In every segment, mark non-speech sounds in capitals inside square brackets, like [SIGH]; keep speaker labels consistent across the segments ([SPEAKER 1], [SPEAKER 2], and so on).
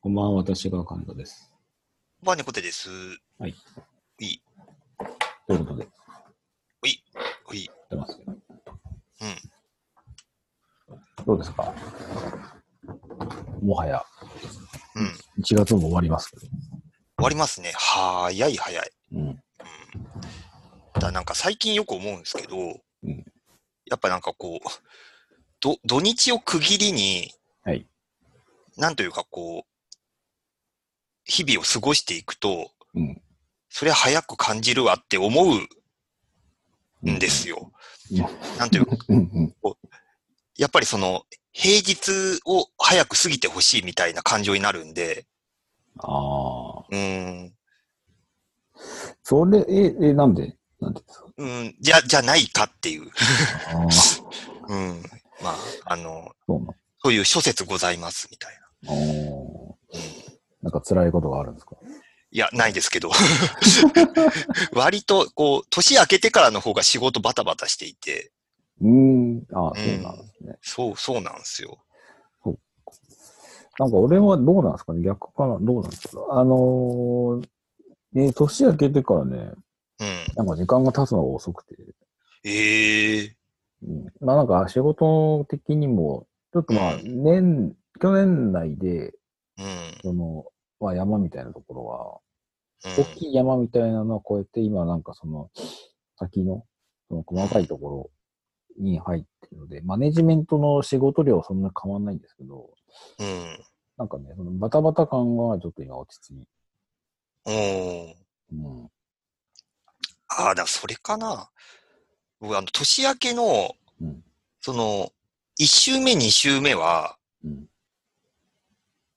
[SPEAKER 1] こんばんは、私が神田です。
[SPEAKER 2] バーニャコテです。
[SPEAKER 1] はい。
[SPEAKER 2] いい。
[SPEAKER 1] ということで、
[SPEAKER 2] ほい。
[SPEAKER 1] 出ますけど。
[SPEAKER 2] うん。
[SPEAKER 1] どうですかもはや、
[SPEAKER 2] うん。
[SPEAKER 1] 1月も終わりますけど。
[SPEAKER 2] 終わりますね。早い早い。
[SPEAKER 1] うん。
[SPEAKER 2] だからなんか最近よく思うんですけど、
[SPEAKER 1] うん
[SPEAKER 2] やっぱなんかこう、ど土日を区切りに、
[SPEAKER 1] はい。
[SPEAKER 2] なんというかこう、日々を過ごしていくと、
[SPEAKER 1] うん。
[SPEAKER 2] そりゃ早く感じるわって思うんですよ。
[SPEAKER 1] うん
[SPEAKER 2] なんというか、
[SPEAKER 1] うんうん。
[SPEAKER 2] やっぱりその、平日を早く過ぎてほしいみたいな感情になるんで、
[SPEAKER 1] ああ。
[SPEAKER 2] うーん、
[SPEAKER 1] それ、え、え、なんでなんでですか
[SPEAKER 2] うん、じゃ、じゃないかっていう。
[SPEAKER 1] ああ。そ
[SPEAKER 2] うん。まあ、あの、
[SPEAKER 1] うなの
[SPEAKER 2] そういう諸説ございますみたいな。
[SPEAKER 1] あーなんか辛いことがあるんですか
[SPEAKER 2] いや、ないですけど。割と、こう、年明けてからの方が仕事バタバタしていて、
[SPEAKER 1] うーん。ああ、そうなんですね。
[SPEAKER 2] そう、そうなんですよ。
[SPEAKER 1] なんか俺はどうなんですかね逆かなどうなんですかあのー、ね、年明けてからね、
[SPEAKER 2] うん。
[SPEAKER 1] なんか時間が経つのが遅くて、
[SPEAKER 2] ええ
[SPEAKER 1] うん、まあなんか仕事的にも、ちょっとまあ
[SPEAKER 2] う
[SPEAKER 1] 年、去年内で、
[SPEAKER 2] うん。
[SPEAKER 1] その、まあ山みたいなところ
[SPEAKER 2] うん
[SPEAKER 1] は、大きい山みたいなのは越えて、今なんかその、先の、その細かいところに入ってるので、マネジメントの仕事量はそんな変わんないんですけど、
[SPEAKER 2] うん。
[SPEAKER 1] なんかね、そのバタバタ感はちょっと今落ち着い
[SPEAKER 2] おー
[SPEAKER 1] うん。
[SPEAKER 2] ああ、だからそれかな。僕、あの、年明けの、
[SPEAKER 1] うん
[SPEAKER 2] その、1週目、2週目は、
[SPEAKER 1] うん。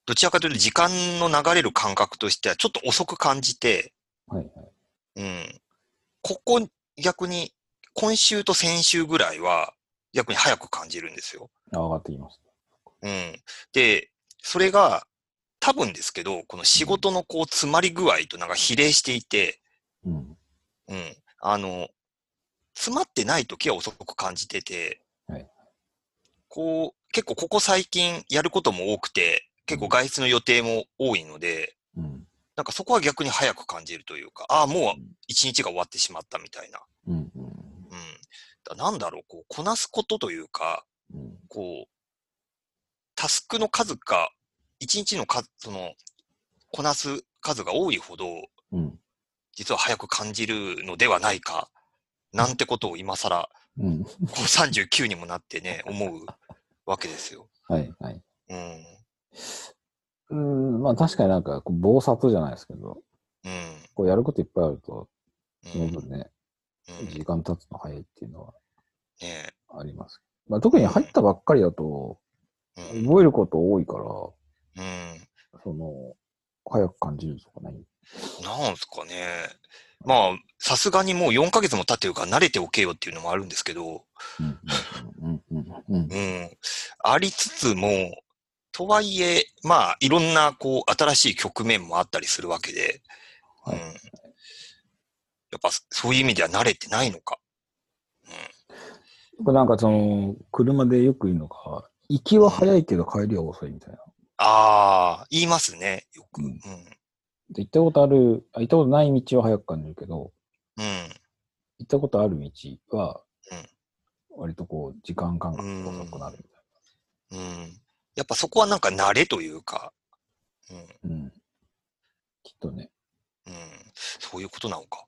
[SPEAKER 2] どちらかというと時間の流れる感覚としてはちょっと遅く感じて、
[SPEAKER 1] はいはい。
[SPEAKER 2] うん。ここ、逆に、今週と先週ぐらいは、逆に早く感じるんですよ。
[SPEAKER 1] あ上がってきまし
[SPEAKER 2] うん。で、それが、多分ですけど、この仕事のこう、詰まり具合となんか比例していて、
[SPEAKER 1] た。うん。
[SPEAKER 2] うん。あの、詰まってない時は遅く感じてて、
[SPEAKER 1] はい
[SPEAKER 2] こう、結構ここ最近やることも多くて、結構外出の予定も多いので、
[SPEAKER 1] うん。
[SPEAKER 2] なんかそこは逆に早く感じるというか、ああ、もう一日が終わってしまったみたいな。
[SPEAKER 1] うん。うん。
[SPEAKER 2] うん。だなんだろう、こう、こなすことというか、
[SPEAKER 1] うん。
[SPEAKER 2] こう、タスクの数が、一日の数、その、こなす数が多いほど、
[SPEAKER 1] うん。
[SPEAKER 2] 実は早く感じるのではないか、なんてことを今更、
[SPEAKER 1] うん。
[SPEAKER 2] こう39にもなってね、思うわけですよ。
[SPEAKER 1] はいはい。
[SPEAKER 2] うん。
[SPEAKER 1] うーん、まあ確かになんか、こう、暴殺じゃないですけど、
[SPEAKER 2] うん。
[SPEAKER 1] こう、やることいっぱいあると、
[SPEAKER 2] う
[SPEAKER 1] その
[SPEAKER 2] ん。
[SPEAKER 1] 分ね、
[SPEAKER 2] うん
[SPEAKER 1] 時間経つの早いっていうの
[SPEAKER 2] ね
[SPEAKER 1] はあります。まあ特に入ったばっかりだと、
[SPEAKER 2] えうん。
[SPEAKER 1] 覚えること多いから、
[SPEAKER 2] うん。
[SPEAKER 1] その、早く感じるとかない。
[SPEAKER 2] なんすかね。まあ、さすがにもう4ヶ月も経ってるから慣れておけよっていうのもあるんですけど、
[SPEAKER 1] うん、うん、うん、うん。
[SPEAKER 2] うん。ありつつも、とはいえ、まあ、いろんな、こう、新しい局面もあったりするわけで、うん。
[SPEAKER 1] はい
[SPEAKER 2] やっぱ、そういう意味では慣れてないのか。
[SPEAKER 1] 僕なんかその、車でよく言うのが、行きは早いけど帰りは遅いみたいな。
[SPEAKER 2] ああ、言いますね、よく。
[SPEAKER 1] う
[SPEAKER 2] うんん。
[SPEAKER 1] で行ったことある、あ行ったことない道は早く感じるけど、
[SPEAKER 2] う
[SPEAKER 1] 行ったことある道は
[SPEAKER 2] うん、
[SPEAKER 1] 割とこう、時間感覚が遅くなるみたい
[SPEAKER 2] ん。うん。やっぱそこはなんか慣れというか、うん。うん。
[SPEAKER 1] な。うん。きっとね、
[SPEAKER 2] そういうことなのか。うん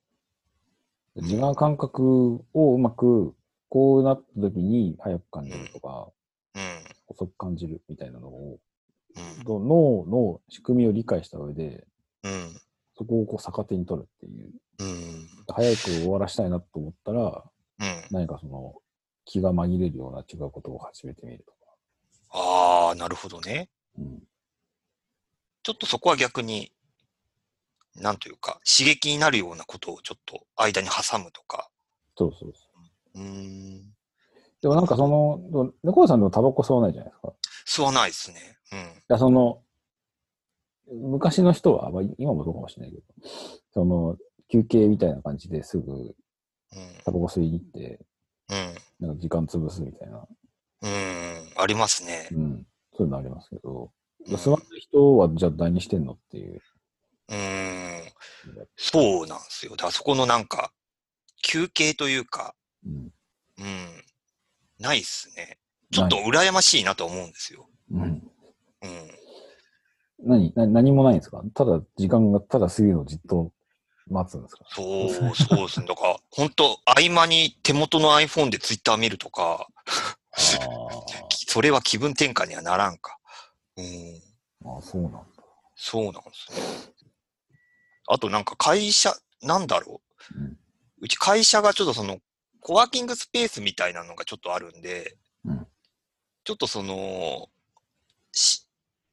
[SPEAKER 1] 時間感覚をうまく、こうなった時に早く感じるとか、
[SPEAKER 2] うん。
[SPEAKER 1] 遅く感じるみたいなのを、
[SPEAKER 2] うん。
[SPEAKER 1] と脳の仕組みを理解した上で、
[SPEAKER 2] うん。
[SPEAKER 1] そこをこう逆手に取るっていう。
[SPEAKER 2] うん。
[SPEAKER 1] 早く終わらしたいなと思ったら、
[SPEAKER 2] うん。
[SPEAKER 1] 何かその、気が紛れるような違うことを始めてみるとか。
[SPEAKER 2] ああ、なるほどね。
[SPEAKER 1] うん。
[SPEAKER 2] ちょっとそこは逆に、なんというか、刺激になるようなことをちょっと間に挟むとか。
[SPEAKER 1] そうそうそう。
[SPEAKER 2] うーん。
[SPEAKER 1] でもなんかその、猫屋さんでもタバコ吸わないじゃないですか。
[SPEAKER 2] 吸わないですね。
[SPEAKER 1] いや、その、昔の人は、まあ、今もそうかもしれないけど、その、休憩みたいな感じですぐ
[SPEAKER 2] うん。うん。
[SPEAKER 1] タバコ吸いに行って、
[SPEAKER 2] うん。
[SPEAKER 1] なんか時間潰すみたいな、
[SPEAKER 2] うん。ありますね
[SPEAKER 1] う。ん、そういうのありますけど、
[SPEAKER 2] うん
[SPEAKER 1] 吸わない人人はじゃあ何してんのっていう。
[SPEAKER 2] うーん、そうなんですよ。だからそこのなんか、休憩というか、
[SPEAKER 1] うん。
[SPEAKER 2] うん、ないっすね。ちょっと羨ましいなと思うんですよ。
[SPEAKER 1] うん。
[SPEAKER 2] うん。
[SPEAKER 1] 何な何もないんですかただ時間がただ過ぎるのをじっと待つんですか
[SPEAKER 2] そう、そうですね。だから、本当合間に手元の iPhone で Twitter 見るとか、
[SPEAKER 1] あ
[SPEAKER 2] [LAUGHS] それは気分転換にはならんか。うん。
[SPEAKER 1] あ、そうなんだ。
[SPEAKER 2] そうなんですね。あとなんか会社、なんだろう。う
[SPEAKER 1] うん
[SPEAKER 2] ち会社がちょっとその、コワーキングスペースみたいなのがちょっとあるんで、
[SPEAKER 1] うん
[SPEAKER 2] ちょっとその、し、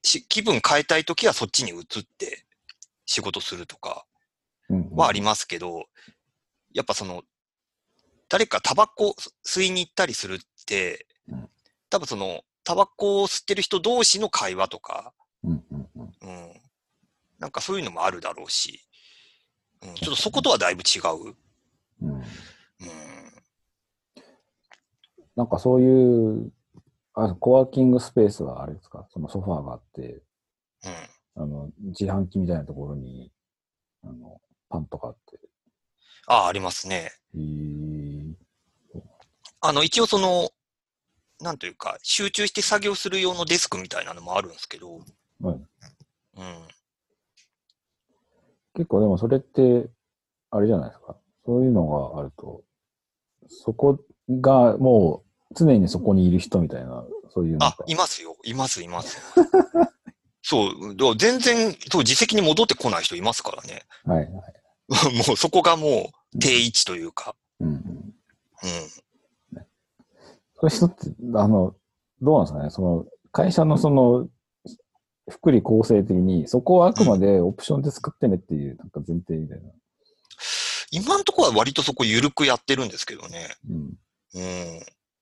[SPEAKER 2] し気分変えたいときはそっちに移って仕事するとか
[SPEAKER 1] うん、
[SPEAKER 2] はありますけど、やっぱその、誰かタバコ吸いに行ったりするって
[SPEAKER 1] うん、
[SPEAKER 2] 多分その、タバコを吸ってる人同士の会話とか、
[SPEAKER 1] うんうんうん。
[SPEAKER 2] うん。なんかそういうのもあるだろうし、うん、ちょっとそことはだいぶ違う。
[SPEAKER 1] うん、
[SPEAKER 2] うん。
[SPEAKER 1] なんかそういう、あコワーキングスペースはあれですかそのソファーがあって、
[SPEAKER 2] うん。
[SPEAKER 1] あの、自販機みたいなところに、あの、パンとかあって。
[SPEAKER 2] ああ、ありますね。
[SPEAKER 1] えー、
[SPEAKER 2] あの、一応その、なんというか、集中して作業する用のデスクみたいなのもあるんですけど、
[SPEAKER 1] はい
[SPEAKER 2] うん。
[SPEAKER 1] 結構でもそれって、あれじゃないですか。そういうのがあると、そこがもう常にそこにいる人みたいな、そういうなん
[SPEAKER 2] あ
[SPEAKER 1] か、
[SPEAKER 2] いますよ。います、います。 [LAUGHS] そう、だから全然、そう、自責に戻ってこない人いますからね。 [LAUGHS]
[SPEAKER 1] はいはい。
[SPEAKER 2] もうそこがもう定位置というか。
[SPEAKER 1] うんうん。
[SPEAKER 2] うん。
[SPEAKER 1] そういう人って、あの、どうなんですかね。その、会社のその、福利厚生的に、そこはあくまでオプションで作ってねっていう、なんか前提みたいな。
[SPEAKER 2] 今んとこは割とそこ緩くやってるんですけどね。
[SPEAKER 1] うん。
[SPEAKER 2] うん。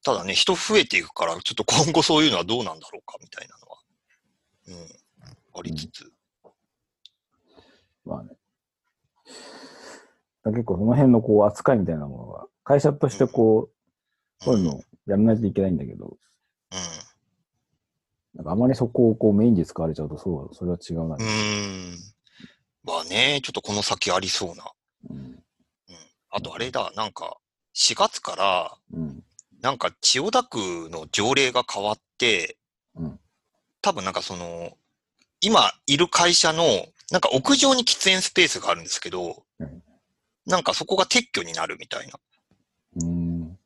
[SPEAKER 2] ただね、人増えていくから、ちょっと今後そういうのはどうなんだろうか、みたいなのは。うん。ありつつ。
[SPEAKER 1] まあね。だから結構その辺のこう扱いみたいなものが、会社としてこう、そういうのをやらないといけないんだけど、
[SPEAKER 2] う
[SPEAKER 1] なんかあまりそこをこうメインで使われちゃうと、そう、それは違うな。
[SPEAKER 2] ん。うん。まあね、ちょっとこの先ありそうな。
[SPEAKER 1] うん。
[SPEAKER 2] あとあれだ、なんか、4月から、
[SPEAKER 1] うん。
[SPEAKER 2] なんか千代田区の条例が変わって、
[SPEAKER 1] うん
[SPEAKER 2] 多分なんかその、今いる会社の、なんか屋上に喫煙スペースがあるんですけど、
[SPEAKER 1] うん
[SPEAKER 2] なんかそこが撤去になるみたいな。
[SPEAKER 1] うん。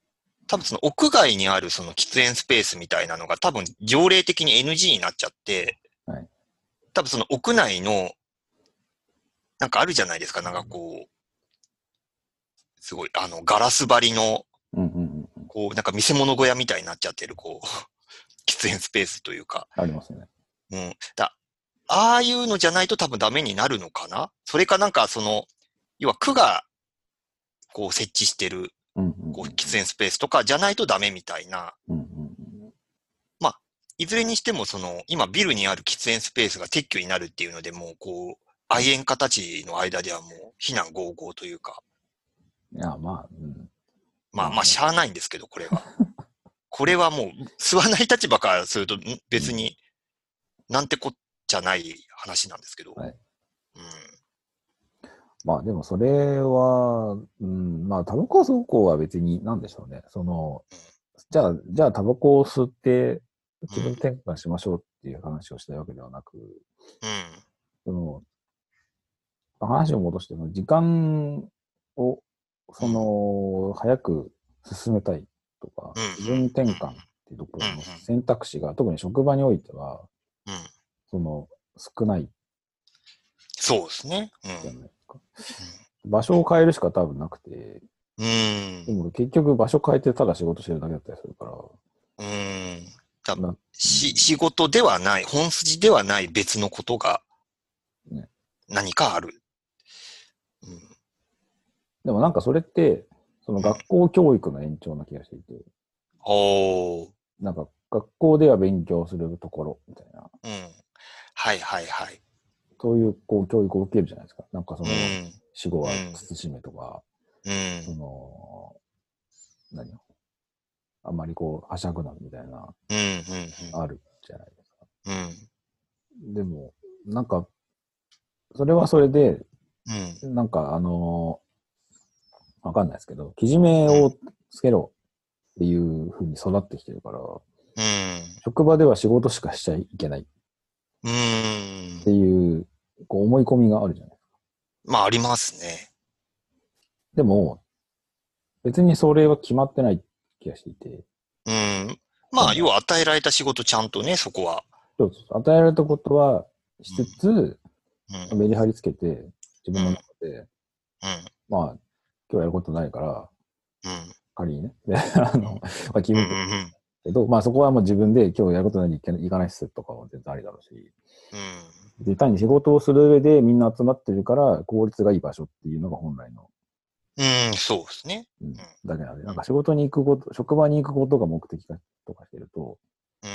[SPEAKER 2] 多分その屋外にあるその喫煙スペースみたいなのが多分条例的に NG になっちゃって、
[SPEAKER 1] はい
[SPEAKER 2] 多分その屋内の、なんかあるじゃないですか、なんかこう、すごい、あの、ガラス張りの、
[SPEAKER 1] うんうんうんうん。
[SPEAKER 2] こう、なんか見せ物小屋みたいになっちゃってる、こう、 [LAUGHS] 喫煙スペースというか、
[SPEAKER 1] ありますね。
[SPEAKER 2] うん。だああいうのじゃないと多分ダメになるのかなそれかなんかその、要は区が、こう設置してる、
[SPEAKER 1] うんうんうん。
[SPEAKER 2] こう、喫煙スペースとかじゃないとダメみたいな、
[SPEAKER 1] うんうん
[SPEAKER 2] いずれにしても、その、今ビルにある喫煙スペースが撤去になるっていうので、もうこう、愛煙家たちの間ではもう、非難合々というか、
[SPEAKER 1] うん。いや、まあ、うん。
[SPEAKER 2] まあまあ、しゃあないんですけど、これは。これはもう、吸わない立場からすると、ん別に、なんてこっちゃない話なんですけど。
[SPEAKER 1] はい
[SPEAKER 2] うん。
[SPEAKER 1] まあでもそれは、うん、まあタバコはそうこうは別になんでしょうね。その、じゃあ、じゃあタバコを吸って気分転換しましょうっていう話をしたいわけではなく、
[SPEAKER 2] うん。
[SPEAKER 1] その、話を戻して、時間を、その、早く進めたいとか
[SPEAKER 2] うんうん、
[SPEAKER 1] 気分転換っていうところ
[SPEAKER 2] うんうん
[SPEAKER 1] の選択肢が、特に職場においては、
[SPEAKER 2] うん。
[SPEAKER 1] その、少ない
[SPEAKER 2] そうですね。う
[SPEAKER 1] じゃ
[SPEAKER 2] ん。
[SPEAKER 1] ないですか。場所を変えるしか多分なくて、
[SPEAKER 2] うん
[SPEAKER 1] で。も結局場所変えてただ仕事してるだけだったりするから、
[SPEAKER 2] うん。多
[SPEAKER 1] な
[SPEAKER 2] 分し、仕事ではない、本筋ではない別のことが
[SPEAKER 1] ね、
[SPEAKER 2] 何かある。うん。
[SPEAKER 1] でもなんかそれって、その学校教育の延長な気がしていて、
[SPEAKER 2] おー。
[SPEAKER 1] なんか学校では勉強するところみたいな、
[SPEAKER 2] うん。はいはいはい。
[SPEAKER 1] そういうこう教育を受けるじゃないですか。なんかそうの、
[SPEAKER 2] ん。
[SPEAKER 1] 死後は
[SPEAKER 2] うん
[SPEAKER 1] 慎めとか、
[SPEAKER 2] うん
[SPEAKER 1] そ。の、何をあんまりこう、はしゃぐなみたいな、
[SPEAKER 2] うん。うん。
[SPEAKER 1] あるじゃないですか。
[SPEAKER 2] うん。
[SPEAKER 1] でも、なんか、それはそれで、
[SPEAKER 2] うん。
[SPEAKER 1] なんかあのーわかんないですけど、けじめをつけろっていうふうに育ってきてるから、
[SPEAKER 2] うん。
[SPEAKER 1] 職場では仕事しかしちゃいけないっ
[SPEAKER 2] うん
[SPEAKER 1] て。いう、こう思い込みがあるじゃない。
[SPEAKER 2] まあ、ありますね。
[SPEAKER 1] でも、別にそれは決まってない気がしていて、
[SPEAKER 2] うん。まあ、要は与えられた仕事ちゃんとね、そこは。
[SPEAKER 1] そうそう与えられたことはしつつ、
[SPEAKER 2] うん。うん。
[SPEAKER 1] メリハリつけて、自分の中で、まあ、今日やることないから、
[SPEAKER 2] うん。
[SPEAKER 1] 仮にね、であの、まあ、決
[SPEAKER 2] うん。う
[SPEAKER 1] め
[SPEAKER 2] ん
[SPEAKER 1] てる。けど、まあそこはもう自分で今日やることないに行かないっすとかは全然ありだろうし、
[SPEAKER 2] うん。
[SPEAKER 1] で単に仕事をする上でみんな集まってるから効率がいい場所っていうのが本来の、
[SPEAKER 2] うん。うんそうですね。
[SPEAKER 1] うん、だけなんで、なんか仕事に行くこと、職場に行くことが目的かとかしてると、
[SPEAKER 2] うん。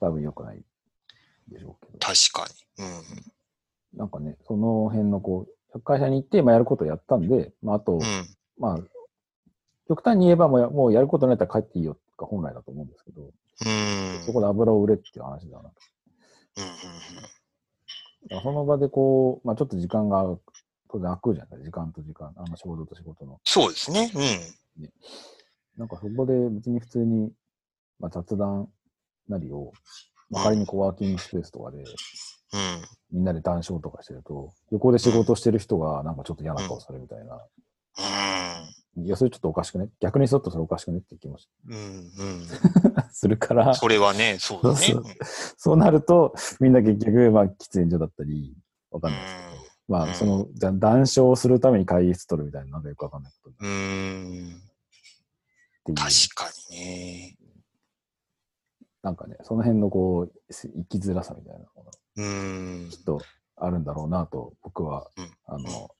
[SPEAKER 1] 多分良くないでしょうけど。
[SPEAKER 2] 確かに。うん。
[SPEAKER 1] なんかね、その辺のこう、会社に行って、まあ、やることやったんで、まあ、あと、
[SPEAKER 2] うん。
[SPEAKER 1] まあ、極端に言えばもうや、もうやることないから帰っていいよが本来だと思うんですけど、
[SPEAKER 2] うん。
[SPEAKER 1] そこで油を売れっていう話だなと。
[SPEAKER 2] うん。うん
[SPEAKER 1] だからその場でこう、まあ、ちょっと時間が当然空くじゃない時間と時間、あの仕事と仕事の。
[SPEAKER 2] そうですね。うん。
[SPEAKER 1] なんかそこで別に普通に、まあ、雑談なりを、まあ、仮にこうワーキングスペースとかで、
[SPEAKER 2] うん。
[SPEAKER 1] みんなで談笑とかしてると、横で仕事してる人がなんかちょっと嫌な顔されるみたいな。いや、それちょっとおかしくね逆にちょっとそれおかしくねって気もし [LAUGHS]
[SPEAKER 2] うん。うん。
[SPEAKER 1] するから、
[SPEAKER 2] それはね、そうだね。
[SPEAKER 1] そううんそうなると、みんな結局、まあ、喫煙所だったり、わかんないですけど、ま
[SPEAKER 2] う
[SPEAKER 1] あ、
[SPEAKER 2] ん
[SPEAKER 1] その、じゃあ談笑をするために会議室取るみたいな、なんかよくわかんないことになる
[SPEAKER 2] うん。
[SPEAKER 1] っていう。
[SPEAKER 2] 確かにね。
[SPEAKER 1] なんかね、その辺のこう、生きづらさみたいなのが、
[SPEAKER 2] うん。
[SPEAKER 1] きっとあるんだろうなと、僕は
[SPEAKER 2] うん、
[SPEAKER 1] あの、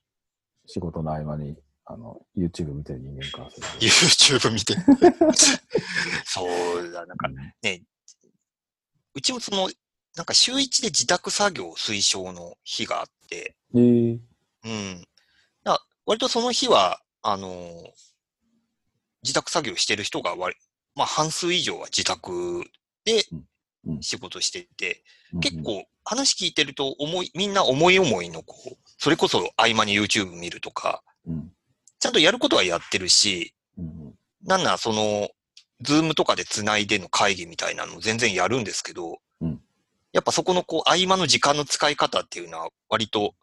[SPEAKER 1] 仕事の合間に、あの、YouTube 見てる人間からする
[SPEAKER 2] YouTube
[SPEAKER 1] [LAUGHS]
[SPEAKER 2] 見て。そうだ、なんかね、うちもその、なんか週一で自宅作業推奨の日があって、
[SPEAKER 1] と。え
[SPEAKER 2] うん。だ割とその日は、あのー自宅作業してる人が割、まあ半数以上は自宅で
[SPEAKER 1] うん
[SPEAKER 2] 仕事していて、
[SPEAKER 1] ー
[SPEAKER 2] 結、構話聞いてると思い、みんな思い思いのこう、それこそ合間に YouTube 見るとか、
[SPEAKER 1] うん
[SPEAKER 2] ちゃんとやることはやってるし、
[SPEAKER 1] うんうん
[SPEAKER 2] なんならその、ズームとかで繋いでの会議みたいなの全然やるんですけど、
[SPEAKER 1] うん
[SPEAKER 2] やっぱそこのこう、合間の時間の使い方っていうのは割と、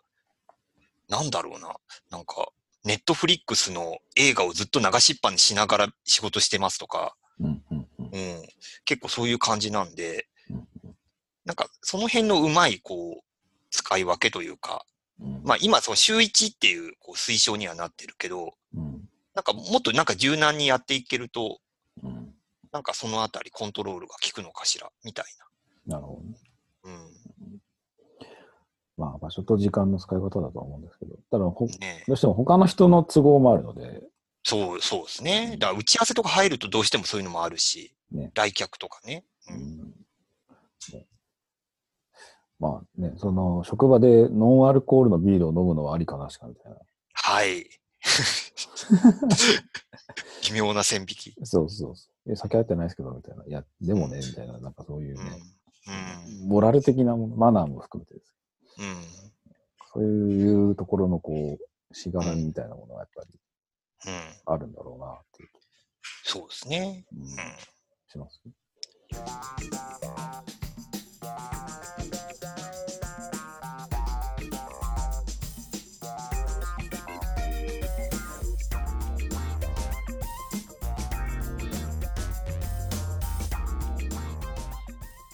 [SPEAKER 2] なんだろうな、なんか、ネットフリックスの映画をずっと流しっぱにしながら仕事してますとか、
[SPEAKER 1] うんうんうん
[SPEAKER 2] うん、結構そういう感じなんで
[SPEAKER 1] うん、
[SPEAKER 2] なんかその辺のうまいこう使い分けというか、
[SPEAKER 1] うん
[SPEAKER 2] まあ今その週1っていうこう推奨にはなってるけど、
[SPEAKER 1] うん
[SPEAKER 2] なんかもっとなんか柔軟にやっていけると、
[SPEAKER 1] うん
[SPEAKER 2] なんかそのあたりコントロールが効くのかしら、みたい
[SPEAKER 1] なるほどね。
[SPEAKER 2] な。うん。
[SPEAKER 1] まあ、場所と時間の使い方だとは思うんですけど、ただほ、
[SPEAKER 2] ねえ
[SPEAKER 1] どうしても他の人の都合もあるので、
[SPEAKER 2] そう、そうですね。だから打ち合わせとか入るとどうしてもそういうのもあるし、
[SPEAKER 1] ね
[SPEAKER 2] 来客とかね。う。
[SPEAKER 1] うんんねまあね、その、職場でノンアルコールのビールを飲むのはありかなしかみたいな。
[SPEAKER 2] はい。 [LAUGHS] 微妙な線引き。
[SPEAKER 1] そうそうそう。え、酒入ってないですけど、みたいな。いや、でもね、みたいな、なんかそういう
[SPEAKER 2] うん。う
[SPEAKER 1] ね、
[SPEAKER 2] ん。
[SPEAKER 1] モラル的なもの、マナーも含めてです。
[SPEAKER 2] うん。
[SPEAKER 1] そういうところの、こう、しがらみみたいなものがやっぱり
[SPEAKER 2] うん。
[SPEAKER 1] あるんだろうな、っていう
[SPEAKER 2] そうですね。
[SPEAKER 1] 気、うん
[SPEAKER 2] うん。
[SPEAKER 1] します。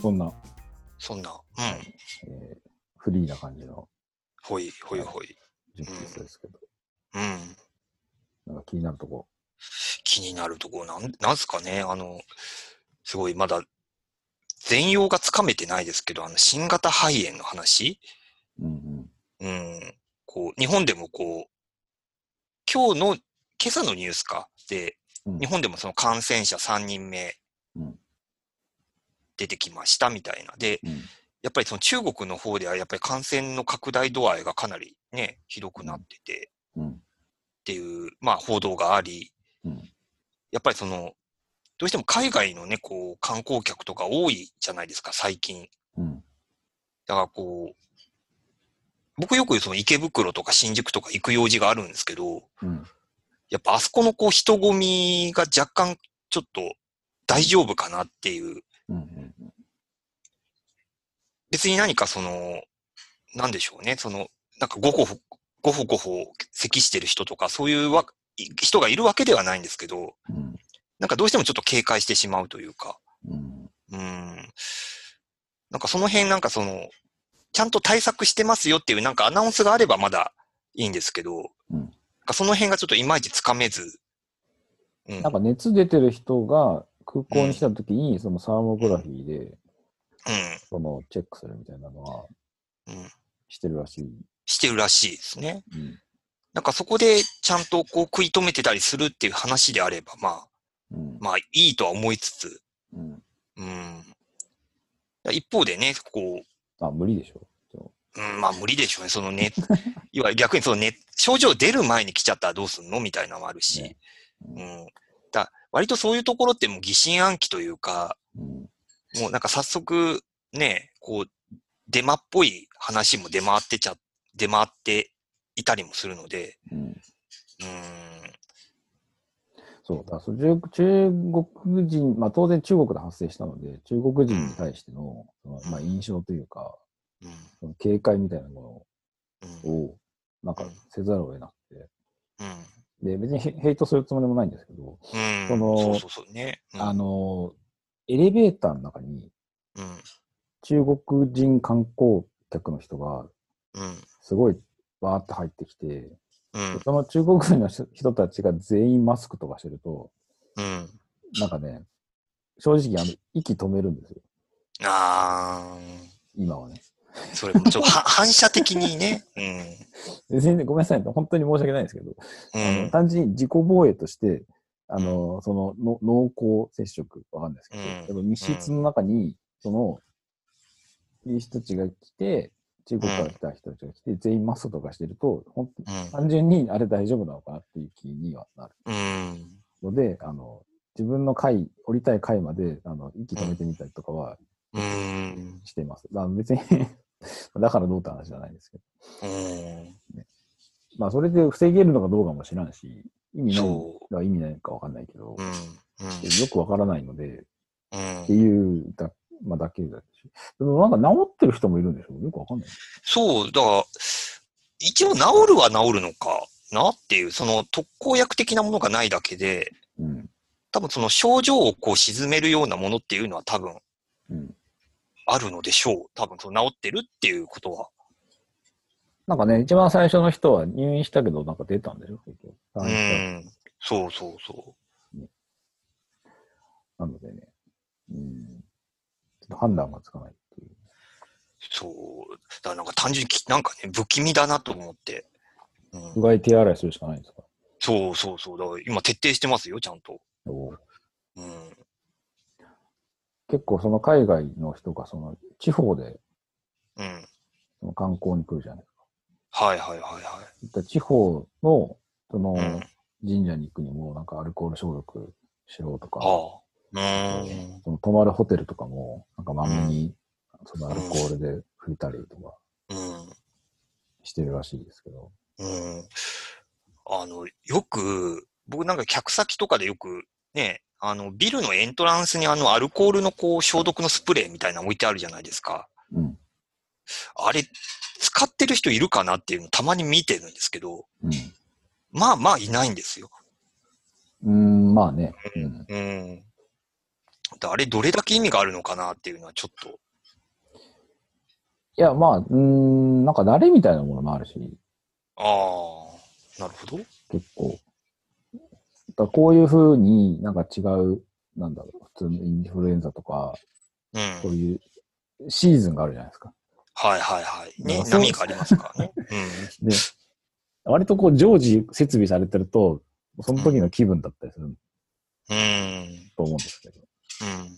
[SPEAKER 1] そんな、
[SPEAKER 2] そんな。うん。
[SPEAKER 1] えーフリーな感じの
[SPEAKER 2] ほい、ほいほい。
[SPEAKER 1] 10分ですけど、
[SPEAKER 2] うん。
[SPEAKER 1] なんか気になるとこ。
[SPEAKER 2] 気になるところ、なん、なんすかね。あの、すごい、まだ、全容がつかめてないですけど、あの、新型肺炎の話。
[SPEAKER 1] うんうん。
[SPEAKER 2] うん。こう、日本でもこう、今日の、今朝のニュースか。で、
[SPEAKER 1] うん
[SPEAKER 2] 日本でもその感染者3人目
[SPEAKER 1] うん、
[SPEAKER 2] 出てきましたみたいな。で、
[SPEAKER 1] うん
[SPEAKER 2] やっぱりその中国の方では、やっぱり感染の拡大度合いがかなりね、ひどくなってて、
[SPEAKER 1] うん
[SPEAKER 2] っていう、まあ、報道があり、
[SPEAKER 1] うん
[SPEAKER 2] やっぱりその、どうしても海外のね、こう、観光客とか多いじゃないですか、最近。
[SPEAKER 1] うん
[SPEAKER 2] だからこう、僕よくその池袋とか新宿とか行く用事があるんですけど、
[SPEAKER 1] うん。
[SPEAKER 2] やっぱあそこのこう人混みが若干ちょっと大丈夫かなっていう、
[SPEAKER 1] うんうん。
[SPEAKER 2] 別に何かその、なんでしょうね、その、なんかごほほ、ごほごほ咳してる人とかそういうわ人がいるわけではないんですけど、
[SPEAKER 1] うん。
[SPEAKER 2] なんかどうしてもちょっと警戒してしまうというか、
[SPEAKER 1] うん。
[SPEAKER 2] うん。なんかその辺なんかその、ちゃんと対策してますよっていうなんかアナウンスがあればまだいいんですけど、
[SPEAKER 1] うん
[SPEAKER 2] なんかその辺がちょっといまいちつかめず、うん
[SPEAKER 1] なんか熱出てる人が空港に来た時に、そのサーモグラフィーで、
[SPEAKER 2] う
[SPEAKER 1] そのチェックするみたいなのは
[SPEAKER 2] ん、うん、
[SPEAKER 1] してるらしい。
[SPEAKER 2] してるらしいですね。
[SPEAKER 1] うん。
[SPEAKER 2] なんかそこでちゃんとこう食い止めてたりするっていう話であれば、まあ、
[SPEAKER 1] うん。
[SPEAKER 2] まあいいとは思いつつ、
[SPEAKER 1] うん、
[SPEAKER 2] うん。一方でね、こ
[SPEAKER 1] あ、無理でしょ。でも
[SPEAKER 2] う、うん、まあ無理でしょうね。そのね、 [LAUGHS] いわゆる逆にそのね、症状出る前に来ちゃったらどうすんのみたいなのもあるし、
[SPEAKER 1] ね
[SPEAKER 2] う。
[SPEAKER 1] うん
[SPEAKER 2] だ割とそういうところってもう疑心暗鬼というか、
[SPEAKER 1] うん。
[SPEAKER 2] もうなんか早速ね、こう、デマっぽい話も出回ってちゃ、出回っていたりもするので、
[SPEAKER 1] うん。
[SPEAKER 2] うん。
[SPEAKER 1] そう、だからそ中中国人、まあ当然中国で発生したので、中国人に対しての、そのまあ、印象というか、
[SPEAKER 2] うん。
[SPEAKER 1] その警戒みたいなも
[SPEAKER 2] う
[SPEAKER 1] の
[SPEAKER 2] ん。
[SPEAKER 1] を、なんかせざるを得なくて、
[SPEAKER 2] うん。
[SPEAKER 1] で、別にヘヘイトするつもりもないんですけど、
[SPEAKER 2] うん
[SPEAKER 1] その
[SPEAKER 2] そうそうそうね。うん
[SPEAKER 1] あ、の、エレベーターの中に
[SPEAKER 2] うん。
[SPEAKER 1] 中国人観光客の人が
[SPEAKER 2] うん。
[SPEAKER 1] すごいバーって入ってきて、
[SPEAKER 2] うん。
[SPEAKER 1] その中国人の人人たちが全員マスクとかしてると、
[SPEAKER 2] うん。
[SPEAKER 1] なんかね、正直あの息止めるんですよ、
[SPEAKER 2] あ
[SPEAKER 1] 今はね。
[SPEAKER 2] ー、それもちょっとは反射的にね。
[SPEAKER 1] 全然ごめんなさい、本当に申し訳ないですけど、
[SPEAKER 2] う
[SPEAKER 1] あ
[SPEAKER 2] ん。う
[SPEAKER 1] の
[SPEAKER 2] ん。
[SPEAKER 1] 単純に自己防衛として、あの、そのの、濃厚接触、わかんないですけど、
[SPEAKER 2] うん
[SPEAKER 1] やっぱ密室の中に、その、いい人たちが来て、中国から来た人たちが来て、全員マスクとかしてると、本当単純にあれ大丈夫なのかなっていう気にはなる
[SPEAKER 2] うん。う
[SPEAKER 1] の
[SPEAKER 2] ん。
[SPEAKER 1] で、あの、自分の階、降りたい階まで、あの、息止めてみたりとかは
[SPEAKER 2] うん。
[SPEAKER 1] しています。だから別に、 [LAUGHS] だからどうって話じゃないですけど。
[SPEAKER 2] うん。
[SPEAKER 1] まあ、それで防げるのかどうかも知らんし、意味ない
[SPEAKER 2] そ
[SPEAKER 1] だから意味ないかわかんないけど、
[SPEAKER 2] う。うん。うん。
[SPEAKER 1] よくわからないので、
[SPEAKER 2] うん
[SPEAKER 1] っていうだ、まあ、だけだし。でもなんか治ってる人もいるんでしょよくわかんない。
[SPEAKER 2] そう、だから、一応治るは治るのかなっていう、その特効薬的なものがないだけで、
[SPEAKER 1] うん。
[SPEAKER 2] 多分その症状をこう沈めるようなものっていうのは多分
[SPEAKER 1] うん。
[SPEAKER 2] あるのでしょう。多分その治ってるっていうことは。
[SPEAKER 1] なんかね、一番最初の人は入院したけど、なんか出たんでしょ結局。
[SPEAKER 2] う
[SPEAKER 1] 退院し
[SPEAKER 2] ん。そうそうそ
[SPEAKER 1] たなのでね。うん。ちょっと判断がつかないっていう。
[SPEAKER 2] う。そう。だからなんか単純にき、なんかね、不気味だなと思って。う、
[SPEAKER 1] うんがい手洗いするしかないんですか
[SPEAKER 2] そうそうそう。だから今徹底してますよ、ちゃんと。
[SPEAKER 1] お
[SPEAKER 2] うん。
[SPEAKER 1] 結構その海外の人がその地方で
[SPEAKER 2] うん。
[SPEAKER 1] その観光に来るじゃない
[SPEAKER 2] はいはいはい
[SPEAKER 1] ですか。地方のその
[SPEAKER 2] はい。うん。
[SPEAKER 1] 神社に行くにもなんかアルコール消毒しろとか、
[SPEAKER 2] ああ。うん。
[SPEAKER 1] その泊まるホテルとかも、なんかまめに、そのアルコールで拭いたりとか
[SPEAKER 2] うん。
[SPEAKER 1] してるらしいですけど。
[SPEAKER 2] うん。あの、よく、僕なんか客先とかでよく、ね、あの、ビルのエントランスにあの、アルコールのこう、消毒のスプレーみたいなの置いてあるじゃないですか。
[SPEAKER 1] うん。
[SPEAKER 2] あれ、使ってる人いるかなっていうのたまに見てるんですけど、
[SPEAKER 1] うん。
[SPEAKER 2] まあまあいないんですよ。
[SPEAKER 1] うーん、まあね。うん。
[SPEAKER 2] うん。だあれ、どれだけ意味があるのかなっていうのはちょっと、
[SPEAKER 1] いや、まあ、うーん、なんか慣れみたいなものもあるし、
[SPEAKER 2] ああ、なるほど。
[SPEAKER 1] 結構。だからこういうふうになんか違う、なんだろう、普通のインフルエンザとか、
[SPEAKER 2] うん。
[SPEAKER 1] そういうシーズンがあるじゃないですか。
[SPEAKER 2] はいはいはい。ね、
[SPEAKER 1] まあそう
[SPEAKER 2] 波がありますからね。
[SPEAKER 1] で、割とこう常時設備されてると、その時の気分だったりする
[SPEAKER 2] うん。うん。
[SPEAKER 1] と思うんですけど。
[SPEAKER 2] うん。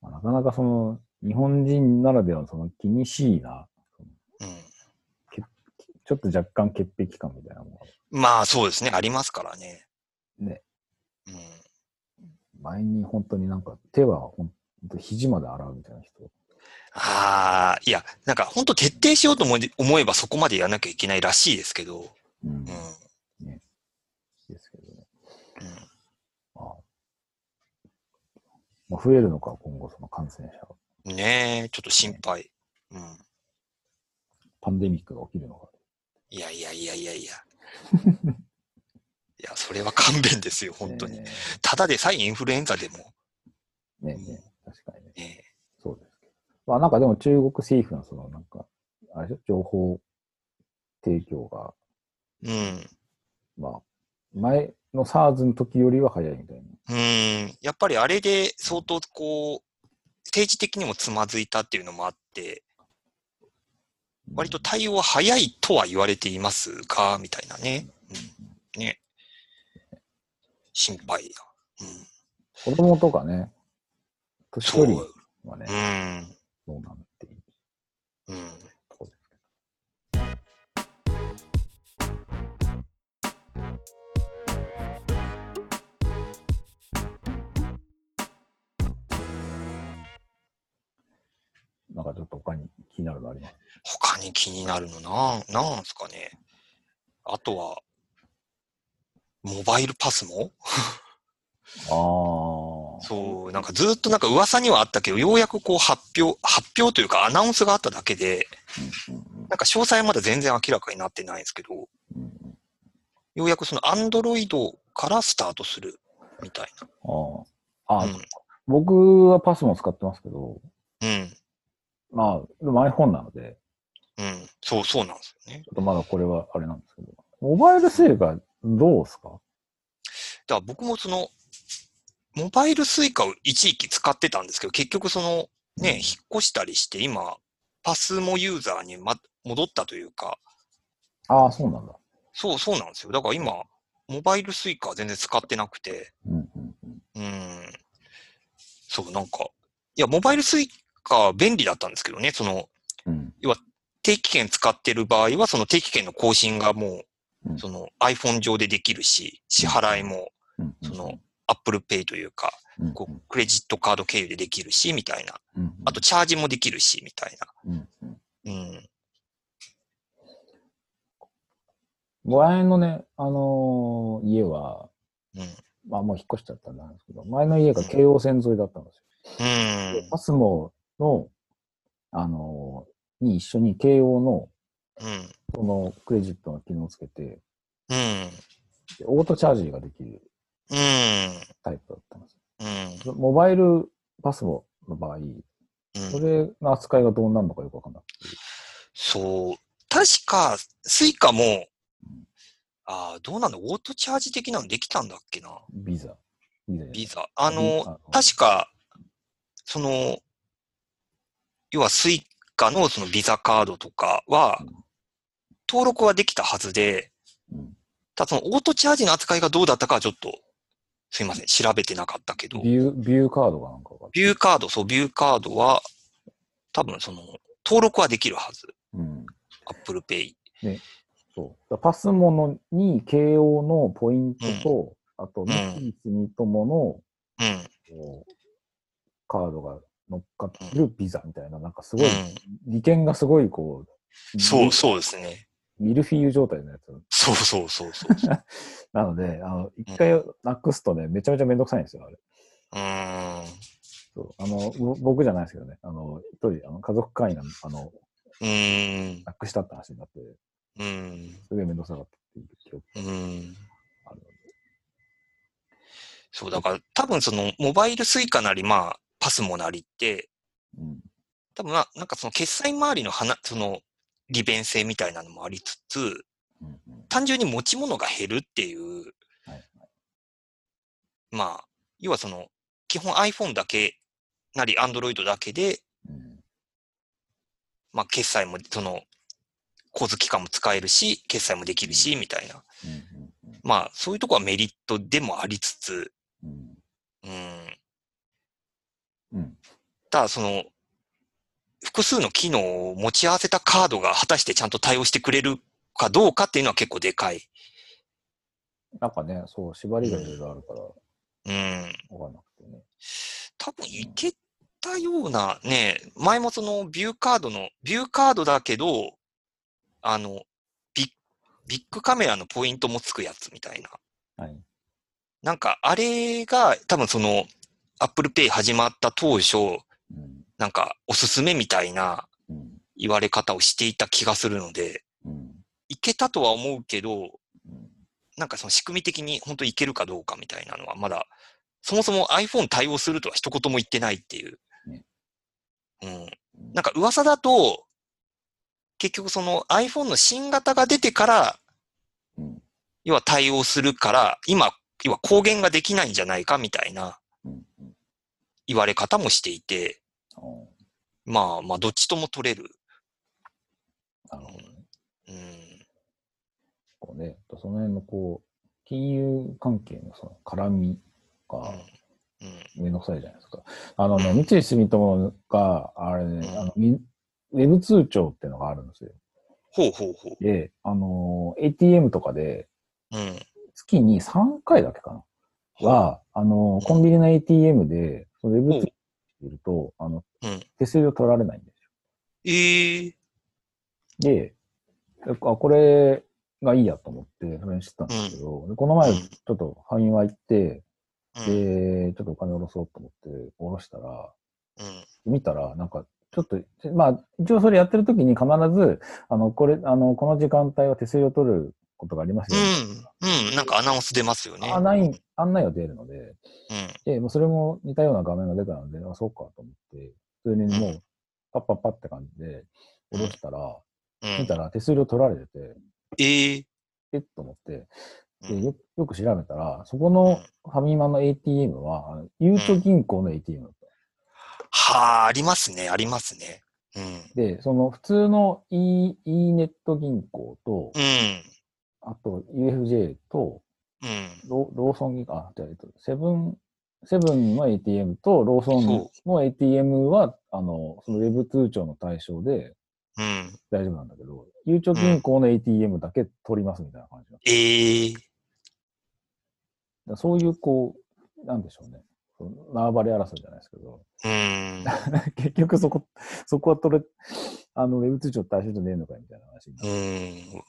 [SPEAKER 1] まあなかなかその、日本人ならではのその気にしいな、
[SPEAKER 2] うん。
[SPEAKER 1] ちょっと若干潔癖感みたいなものが
[SPEAKER 2] まあそうですね、ありますからね。
[SPEAKER 1] ね。
[SPEAKER 2] うん。
[SPEAKER 1] 前に本当になんか手はほんと肘まで洗うみたいな人。
[SPEAKER 2] ああ、いや、なんか本当徹底しようと思い思えばそこまでやらなきゃいけないらしいですけど、
[SPEAKER 1] うん
[SPEAKER 2] うん。うん。
[SPEAKER 1] ですけどね。まあ、まあ、増えるのか、今後その感染者が。
[SPEAKER 2] ねえ、ちょっと心配。うん。
[SPEAKER 1] パンデミックが起きるのか。
[SPEAKER 2] いやいやいやいやいや。いや、それは勘弁ですよ、本当
[SPEAKER 1] [LAUGHS]
[SPEAKER 2] に。
[SPEAKER 1] ね
[SPEAKER 2] ただでさえインフルエンザでも。
[SPEAKER 1] えねえねえ確かにね。
[SPEAKER 2] ね
[SPEAKER 1] そうですけど。まあなんかでも中国政府のそのなんか、あれでしょ情報提供が、
[SPEAKER 2] えうん。
[SPEAKER 1] まあ、前の SARS の時よりは早いみたいな。
[SPEAKER 2] うん。やっぱりあれで相当こう、政治的にもつまずいたっていうのもあって、割と対応は早いとは言われていますが、みたいなね。うん、ね。心配だ。
[SPEAKER 1] 子供とかね、
[SPEAKER 2] うん。
[SPEAKER 1] 年
[SPEAKER 2] そ
[SPEAKER 1] 寄り
[SPEAKER 2] う。
[SPEAKER 1] はね
[SPEAKER 2] う、ん。
[SPEAKER 1] どうなんていう
[SPEAKER 2] うん。
[SPEAKER 1] ところですけど。なんかちょっと他に気になるのあります
[SPEAKER 2] 他に気になるのなん、なんすかね。あとは、モバイルパスも
[SPEAKER 1] ああ。
[SPEAKER 2] そう、なんかずっとなんか噂にはあったけど、ようやくこう発表、発表というかアナウンスがあっただけで、なんか詳細はまだ全然明らかになってないんですけど、ようやくそのアンドロイドからスタートするみたい
[SPEAKER 1] ああ、
[SPEAKER 2] な。うん。
[SPEAKER 1] 僕はパスも使ってますけど、
[SPEAKER 2] うん。
[SPEAKER 1] まあ、でも iPhone なので、
[SPEAKER 2] うん。そう、そうなんですよね
[SPEAKER 1] ち。ょっとまだこれはあれなんですけど、モバイルセールがどうですか
[SPEAKER 2] だから僕もその、モバイルスイカを一時期使ってたんですけど、結局その、ね、引っ越したりして、今、パスモユーザーに、ま、戻ったというか、
[SPEAKER 1] ああ、そうなんだ。
[SPEAKER 2] そう、そうなんですよ。だから今、モバイルスイカは全然使ってなくて、
[SPEAKER 1] うんうんうん
[SPEAKER 2] うん。そう、なんか、いや、モバイルスイカは便利だったんですけどね、その、
[SPEAKER 1] うん
[SPEAKER 2] 定期券使ってる場合は、その定期券の更新がも
[SPEAKER 1] うん
[SPEAKER 2] う、その iPhone 上でできるし、支払いも、
[SPEAKER 1] うんうん
[SPEAKER 2] その、Apple Pay というか、
[SPEAKER 1] うん
[SPEAKER 2] こうクレジットカード経由でできるし、みたいな。
[SPEAKER 1] うんうん
[SPEAKER 2] あと、チャージもできるし、みたい
[SPEAKER 1] うんうん
[SPEAKER 2] な。うん。
[SPEAKER 1] 前のね、あのー家は、
[SPEAKER 2] うん。
[SPEAKER 1] まあもう引っ越しちゃったんであれなんですけど、前の家が京王線沿いだったんです
[SPEAKER 2] うん
[SPEAKER 1] よ。で。パスモの、あのーに一緒に京王の、
[SPEAKER 2] うん。
[SPEAKER 1] そのクレジットの機能をつけて、
[SPEAKER 2] うん。
[SPEAKER 1] でオートチャージができる
[SPEAKER 2] うん。
[SPEAKER 1] タイプだったんです
[SPEAKER 2] うん。
[SPEAKER 1] よ。モバイルパスモの場合、
[SPEAKER 2] うん
[SPEAKER 1] それの扱いがどうなるのかよくわかんない。
[SPEAKER 2] そう。確か、スイカも、ああ、どうなのオートチャージ的なのできたんだっけな
[SPEAKER 1] ビザ。ビザじゃない
[SPEAKER 2] ビザ。あ
[SPEAKER 1] ビ
[SPEAKER 2] の、確か、その、要はスイカのそのビザカードとかは
[SPEAKER 1] うん、
[SPEAKER 2] 登録はできたはずで、
[SPEAKER 1] うん
[SPEAKER 2] ただそのオートチャージの扱いがどうだったかはちょっと、すいません、調べてなかったけど、
[SPEAKER 1] ビュー、ビューカードがなんかが。
[SPEAKER 2] ビューカード、そう、ビューカードは、多分その、登録はできるはず。
[SPEAKER 1] うん。
[SPEAKER 2] Apple Pay。
[SPEAKER 1] そう。だからパスモのに慶応のポイントと、あと、三井住友の
[SPEAKER 2] うん。
[SPEAKER 1] こうカードが乗っかってるビザみたいな、なんかすごい、
[SPEAKER 2] う
[SPEAKER 1] 利権がすごいこう、
[SPEAKER 2] ん。そ
[SPEAKER 1] ミ
[SPEAKER 2] う、そうですね。
[SPEAKER 1] ミルフィーユ状態のやつ。
[SPEAKER 2] そうそうそうそう。 [LAUGHS]
[SPEAKER 1] なので、あの、一回なくすとね、めちゃめちゃめんどくさいんですよ、あれ。
[SPEAKER 2] うーん。
[SPEAKER 1] そう。あの、ぼ僕じゃないですけどね、あの、一人、あの家族会員が、あの、
[SPEAKER 2] うーん。
[SPEAKER 1] なくしたって話になって、
[SPEAKER 2] うん。
[SPEAKER 1] すごいめんどくさかったっていう記憶
[SPEAKER 2] うん。
[SPEAKER 1] があるので。
[SPEAKER 2] そう、だから多分その、モバイルスイカなり、まあ、パスモなりって、
[SPEAKER 1] うん。
[SPEAKER 2] 多分まあ、なんかその決済周りの話、その、利便性みたいなのもありつつ、
[SPEAKER 1] うんうん
[SPEAKER 2] 単純に持ち物が減るっていう、
[SPEAKER 1] はい
[SPEAKER 2] まあ、要はその、基本 iPhone だけなり Android だけで、
[SPEAKER 1] うん
[SPEAKER 2] まあ、決済も、その、交通機関も使えるし、決済もできるし、みたいな。
[SPEAKER 1] うんうん
[SPEAKER 2] まあ、そういうとこはメリットでもありつつ、
[SPEAKER 1] うん
[SPEAKER 2] うん。
[SPEAKER 1] うん
[SPEAKER 2] ただ、その、複数の機能を持ち合わせたカードが果たしてちゃんと対応してくれるかどうかっていうのは結構でかい。
[SPEAKER 1] なんかね、そう、縛りがいろいろあるから、
[SPEAKER 2] うん。
[SPEAKER 1] わかんなくてね。
[SPEAKER 2] 多分いけたような、ね、前もそのビューカードの、ビューカードだけど、あの、ビッビッグカメラのポイントもつくやつみたいな。
[SPEAKER 1] はい。
[SPEAKER 2] なんかあれが多分その Apple Pay 始まった当初、
[SPEAKER 1] うん。
[SPEAKER 2] なんかおすすめみたいな
[SPEAKER 1] うん。
[SPEAKER 2] 言われ方をしていた気がするので、
[SPEAKER 1] うん。
[SPEAKER 2] いけたとは思うけど、
[SPEAKER 1] うん
[SPEAKER 2] なんかその仕組み的に本当いけるかどうかみたいなのはまだ、そもそも iPhone 対応するとは一言も言ってないっていう。
[SPEAKER 1] ね
[SPEAKER 2] うん。
[SPEAKER 1] うん
[SPEAKER 2] なんか噂だと、結局その iPhone の新型が出てから、
[SPEAKER 1] うん。
[SPEAKER 2] 要は対応するから、今、要は公言ができないんじゃないかみたいな
[SPEAKER 1] うん。
[SPEAKER 2] 言われ方もしていて、
[SPEAKER 1] おー
[SPEAKER 2] まあまあどっちとも取れる。
[SPEAKER 1] なるほどね。
[SPEAKER 2] うん。
[SPEAKER 1] こうね、その辺のこう、金融関係のその絡みが
[SPEAKER 2] うん。うん。
[SPEAKER 1] めんどくさいじゃないですか。あのね、
[SPEAKER 2] うん
[SPEAKER 1] 三井住友が、あれ
[SPEAKER 2] う
[SPEAKER 1] ね、
[SPEAKER 2] ん
[SPEAKER 1] あの、み Web 通帳っていうのがあるんですよ。
[SPEAKER 2] ほうほうほう。
[SPEAKER 1] で、あのー、ATM とかで、
[SPEAKER 2] うん。
[SPEAKER 1] 月に3回だけかな。
[SPEAKER 2] ほう
[SPEAKER 1] は、あのー、コンビニの ATM で、その Web 通
[SPEAKER 2] ほう
[SPEAKER 1] 帳してると、あの
[SPEAKER 2] うん、
[SPEAKER 1] 手数料取られないんです
[SPEAKER 2] ええ
[SPEAKER 1] よ。で、あ、これがいいやと思って、それにしてたんですけど、でこの前、ちょっとファミマ行って、
[SPEAKER 2] うん。
[SPEAKER 1] で、ちょっとお金下ろそうと思って、下ろしたら、
[SPEAKER 2] うん。
[SPEAKER 1] 見たら、なんか、ちょっと、まあ、一応それやってる時に必ず、あの、これ、あの、この時間帯は手数料取ることがあります
[SPEAKER 2] う
[SPEAKER 1] よ、ね
[SPEAKER 2] ん。うん。なんかアナウンス出ますよね。
[SPEAKER 1] あ、ない、案内が出るので、
[SPEAKER 2] うん。
[SPEAKER 1] で、もうそれも似たような画面が出たので、あ、そうかと思って、普通にも
[SPEAKER 2] う
[SPEAKER 1] う、パッパッパって感じで、下ろしたら、
[SPEAKER 2] う
[SPEAKER 1] 見
[SPEAKER 2] ん
[SPEAKER 1] た。ら手数料取られてて、
[SPEAKER 2] ええ
[SPEAKER 1] えっと思って、
[SPEAKER 2] う
[SPEAKER 1] で
[SPEAKER 2] ん
[SPEAKER 1] よよく調べたら、そこのファミマの ATM は、あのゆうちょ銀行の ATM だった。
[SPEAKER 2] はあ、ありますね、ありますね。うん。
[SPEAKER 1] で、その普通の E, e ネット銀行と、
[SPEAKER 2] うん。
[SPEAKER 1] あと UFJ と
[SPEAKER 2] うん。
[SPEAKER 1] ロ、ローソン銀行、あ、じゃあ、えっと、セブン、セブンの ATM とローソンの ATM は、あの、そのウェブ通帳の対象で
[SPEAKER 2] うん。
[SPEAKER 1] 大丈夫なんだけど、ゆうちょ銀行の ATM だけ取りますみたいな感じだ。だか
[SPEAKER 2] ええ
[SPEAKER 1] らそういう、こう、なんでしょうね。その縄張り争いじゃないですけど、 [LAUGHS]
[SPEAKER 2] うん。
[SPEAKER 1] 結局そこ、そこは取れ、あの、ウェブ通帳の対象じゃねえのかよみたいな話にな
[SPEAKER 2] う
[SPEAKER 1] る。
[SPEAKER 2] ん。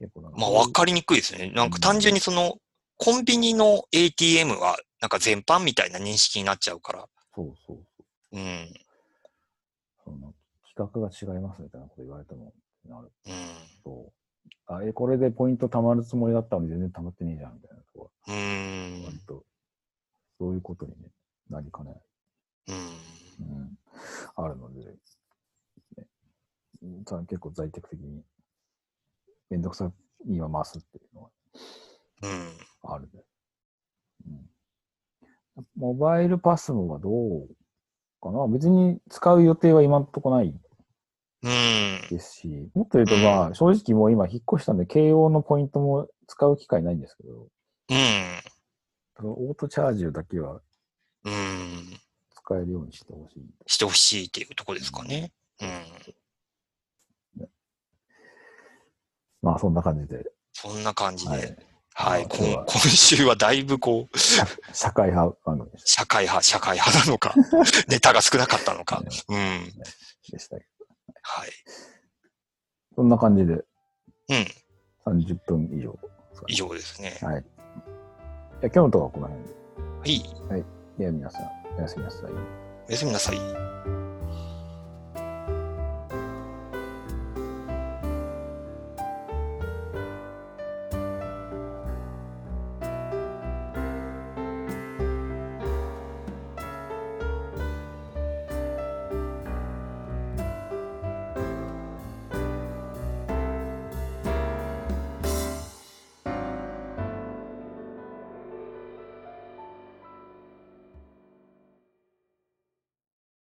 [SPEAKER 1] 結構なんか [LAUGHS]
[SPEAKER 2] まあ、わかりにくいですね。なんか単純にその、コンビニの ATM は、なんか全般みたいな認識になっちゃうから。
[SPEAKER 1] そうそう。
[SPEAKER 2] うん。
[SPEAKER 1] その企画が違いますみたいなこと言われてもなる
[SPEAKER 2] うん。
[SPEAKER 1] と、あ、え、これでポイント貯まるつもりだったのに全然貯まってねえじゃんみたいなとこ
[SPEAKER 2] う
[SPEAKER 1] は、割
[SPEAKER 2] ん。
[SPEAKER 1] と、そういうことに、ね、なりかねない、
[SPEAKER 2] うん。
[SPEAKER 1] うん、あるので、ねうん、ただ結構在宅的に、めんどくさには増すっていうのは
[SPEAKER 2] うん。
[SPEAKER 1] あるね。うん、モバイルパスモはどうかな別に使う予定は今んとこない
[SPEAKER 2] うん。
[SPEAKER 1] ですし、もっと言うとまあ、正直もう今引っ越したんで、慶応のポイントも使う機会ないんですけど、
[SPEAKER 2] うん。
[SPEAKER 1] ただオートチャージだけは
[SPEAKER 2] うん。
[SPEAKER 1] 使えるようにしてほしい。
[SPEAKER 2] してほしいっていうとこですかね。うん。
[SPEAKER 1] まあ、そんな感じで。
[SPEAKER 2] そんな感じで。
[SPEAKER 1] はい。
[SPEAKER 2] は
[SPEAKER 1] ま
[SPEAKER 2] い、
[SPEAKER 1] あ
[SPEAKER 2] こ
[SPEAKER 1] 今日
[SPEAKER 2] ん
[SPEAKER 1] は
[SPEAKER 2] 今週はだいぶこう、
[SPEAKER 1] 社会派番組でし
[SPEAKER 2] 社会派、社会派なのか、ネタが少なかったのか。うん。
[SPEAKER 1] たでしたけ
[SPEAKER 2] はい。
[SPEAKER 1] ど。そんな感じで
[SPEAKER 2] うん、
[SPEAKER 1] 30分以上。
[SPEAKER 2] 以上ですね。
[SPEAKER 1] はい。じゃあ今日のとこはこの辺で。
[SPEAKER 2] はい、
[SPEAKER 1] では皆さん、おやすみなさい。
[SPEAKER 2] おやすみなさい。